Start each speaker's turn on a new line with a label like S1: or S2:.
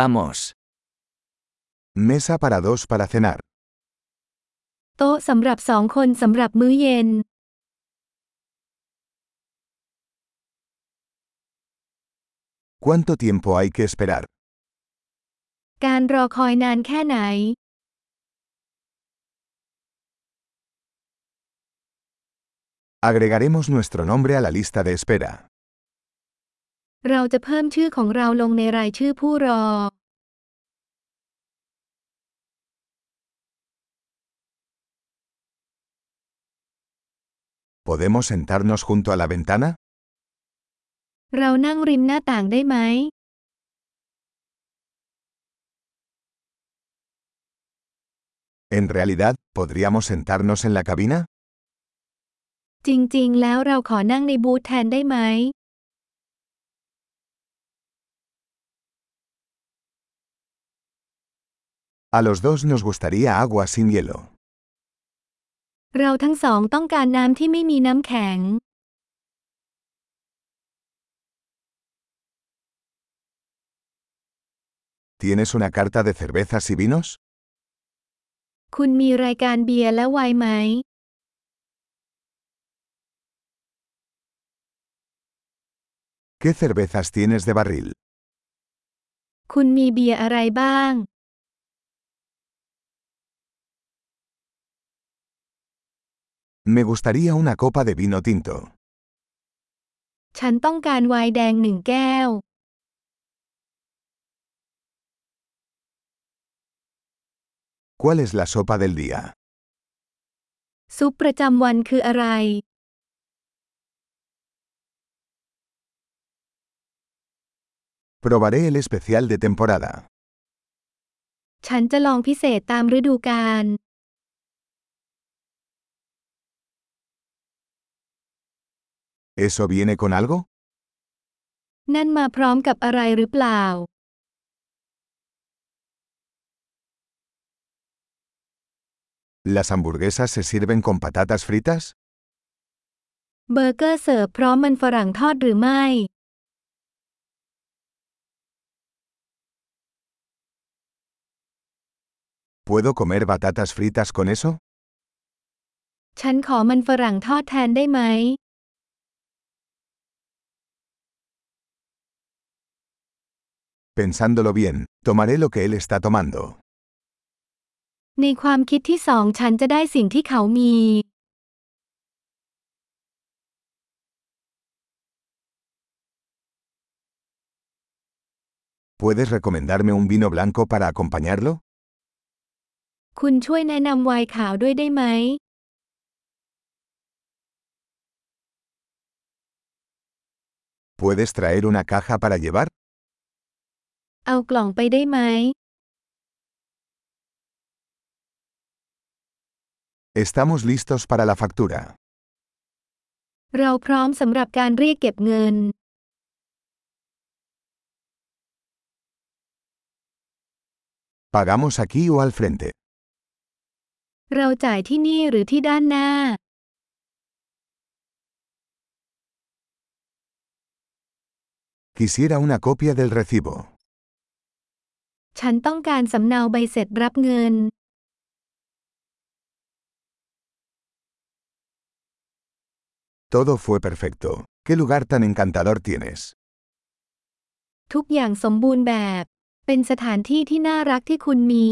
S1: Vamos.
S2: Mesa para dos para cenar.
S3: โต๊ะสำหรับสองคนสำหรับมื้อเย็น
S2: ¿Cuánto tiempo hay que esperar?
S3: การรอคอยนานแค่ไหน
S2: Agregaremos nuestro nombre a la lista de espera.
S3: เราจะเพิ่มชื่อของเราลงในรายชื่อผู้รอ
S2: ¿Podemos sentarnos junto a la ventana?
S3: เรานั่งริมหน้าต่างได้ไหม
S2: En realidad, ¿podríamos sentarnos en la cabina?
S3: จริงๆ แล้วเราขอนั่งในบูธแทนได้ไหม
S2: A los dos nos gustaría agua sin hielo.
S3: เราทั้งสองต้องการน้ำที่ไม่มีน้ำแข็ง
S2: ¿Tienes una carta de cervezas y vinos?
S3: คุณมีรายการเบียร์และไวน์ไหม
S2: ¿Qué cervezas tienes de barril?
S3: คุณมีเบียร์อะไรบ้าง
S2: Me gustaría una copa de vino tinto.
S3: ฉันต้องการไวน์แดงหนึ่งแก้ว
S2: ¿Cuál es la sopa del día?
S3: ซุปประจำวันคืออะไร
S2: Probaré el especial de temporada.
S3: ฉันจะลองพิเศษตามฤดูกาล
S2: ¿Eso viene con algo?
S3: นั่นมาพร้อมกับอะไรหรือเปล่า
S2: ¿Las hamburguesas se sirven con patatas fritas?
S3: เบอร์เกอร์เสิร์ฟพร้อมมันฝรั่งทอดหรือไม่
S2: ¿Puedo comer batatas fritas con eso?
S3: ฉันขอมันฝรั่งทอดแทนได้ไหม
S2: Pensándolo bien, tomaré lo que él está tomando.
S3: ในความคิดที่สองฉันจะได้สิ่งที่เขามี
S2: ¿Puedes recomendarme un vino blanco para acompañarlo?
S3: คุณช่วยแนะนำไวน์ขาวด้วยได้ไหม
S2: ¿Puedes traer una caja para llevar?
S3: เอากล่องไปได้ไหม
S2: Estamos listos para la factura.
S3: เราพร้อมสำหรับการเรียกเก็บเงิน
S2: ¿Pagamos aquí o al frente?
S3: เราจ่ายที่นี่หรือที่ด้านหน้า
S2: Quisiera una copia del recibo.
S3: ฉันต้องการสำเนาใบเสร็จรับเงิน
S2: Todo fue perfecto. ¿Qué lugar tan encantador tienes?
S3: ทุกอย่างสมบูรณ์แบบ เป็นสถานที่ที่น่ารักที่คุณมี